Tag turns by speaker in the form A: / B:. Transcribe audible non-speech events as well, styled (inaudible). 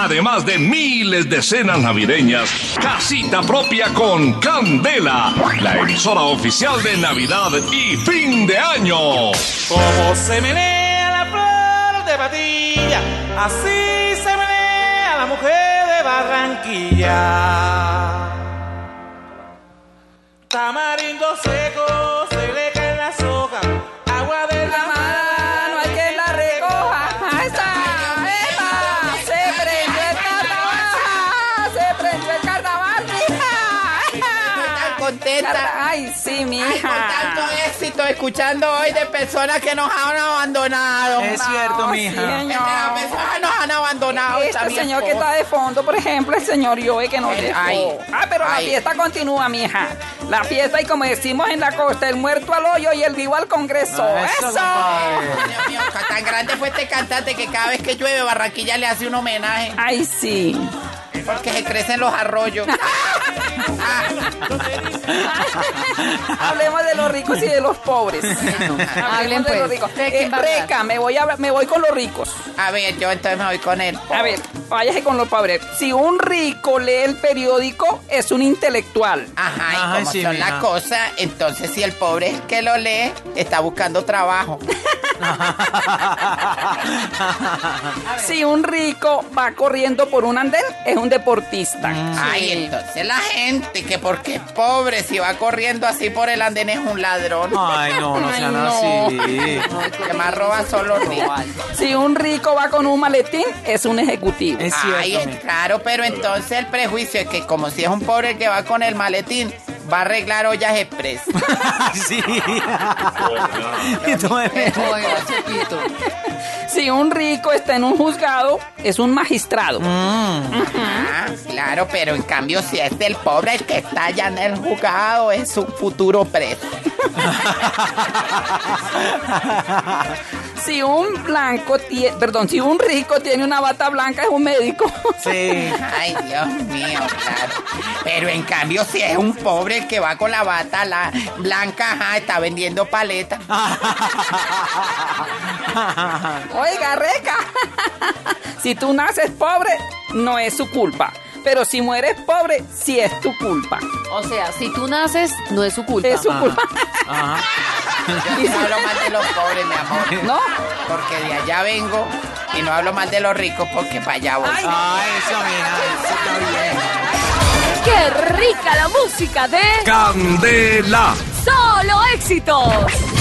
A: Además de miles de cenas navideñas, casita propia con Candela, la emisora oficial de Navidad y fin de año.
B: Como se menea la flor de patilla, así se menea la mujer de Barranquilla. Tamarindo seco, se le caen las hojas, agua de la
C: mano, hay que la recoja. ¡Esa! ¡Esa! ¡Se prendió el carnaval! ¡Se prendió el carnaval, mija!
D: contenta.
C: ¡Ay, sí,
D: Ay, con tanto
C: mija!
D: éxito, escuchando hoy de personas que nos han abandonado.
C: Eh,
B: Es cierto, mija.
D: Que Las personas nos han abandonado. está
C: Este
D: mi
C: señor que
D: esposo.
C: está de fondo, por ejemplo, el señor Joe que no
D: Ay,
C: dejó.
D: ay,
C: ah, pero la
D: ay.
C: fiesta continúa, mija. La fiesta, y como decimos en la costa, el muerto al hoyo y el vivo al congreso.
D: Ah,
C: ¡Eso!
D: Dios mío, tan grande fue este cantante que cada vez que llueve Barranquilla le hace un homenaje
C: ¡Ay, sí!
D: porque se crecen los arroyos.
C: (laughs) Hablemos de los ricos y de los pobres. Hablemos de
E: pues.
C: los ricos.
E: ¿De quién
C: Eh,
E: va a hablar?
C: Reca, me voy, a, me voy con los ricos.
D: A ver, yo entonces me voy con él.
C: A ver, váyase con los pobres. Si un rico lee el periódico, es un intelectual.
D: Ajá, y
B: Ajá,
D: como
B: sí,
D: son
B: mija.
D: las cosas, entonces si el pobre es el que lo lee, está buscando trabajo.
C: Si un rico va corriendo por un andén, es un deportista.
E: Ah,
D: Ay,
C: Sí.
D: entonces la gente que porque es pobre, si va corriendo así por el andén es un ladrón.
B: Ay, no, no sean así.
D: Que más roban son los ricos.
C: Si un rico va con un maletín, es un ejecutivo.
E: Eh.
B: Es
D: Ay,
B: cierto. mija.
D: claro, pero entonces el prejuicio es que como si es un pobre el que va con el maletín, va a arreglar ollas
B: (laughs)
D: express.
B: sí. (laughs) y tú me ves.
D: (laughs)
E: Oiga, Chepito.
C: Si un rico está en un juzgado, es un magistrado.
E: Mm.
D: Ah, claro, pero en cambio si es del pobre el que está allá en el juzgado es un futuro preso.
C: Si un blanco tie- perdón, si un rico tiene una bata blanca, es un médico.
E: (laughs)
B: Sí.
D: Ay, Dios mío, claro. Pero en cambio si es un pobre el que va con la bata la blanca, ajá, está vendiendo paletas.
C: Oiga, reca. (laughs) si tú naces pobre, no es su culpa. Pero si mueres pobre, sí es tu culpa.
E: O sea, si tú naces, no es su culpa.
C: Es su culpa.
D: Yo no hablo más de los pobres, mi amor.
C: ¿No?
D: Porque de allá vengo y no hablo más de los ricos porque para allá voy.
B: Ay, eso, mija. Eso está bien.
E: ¡Qué rica la música de
A: Candela.
E: Solo Éxitos!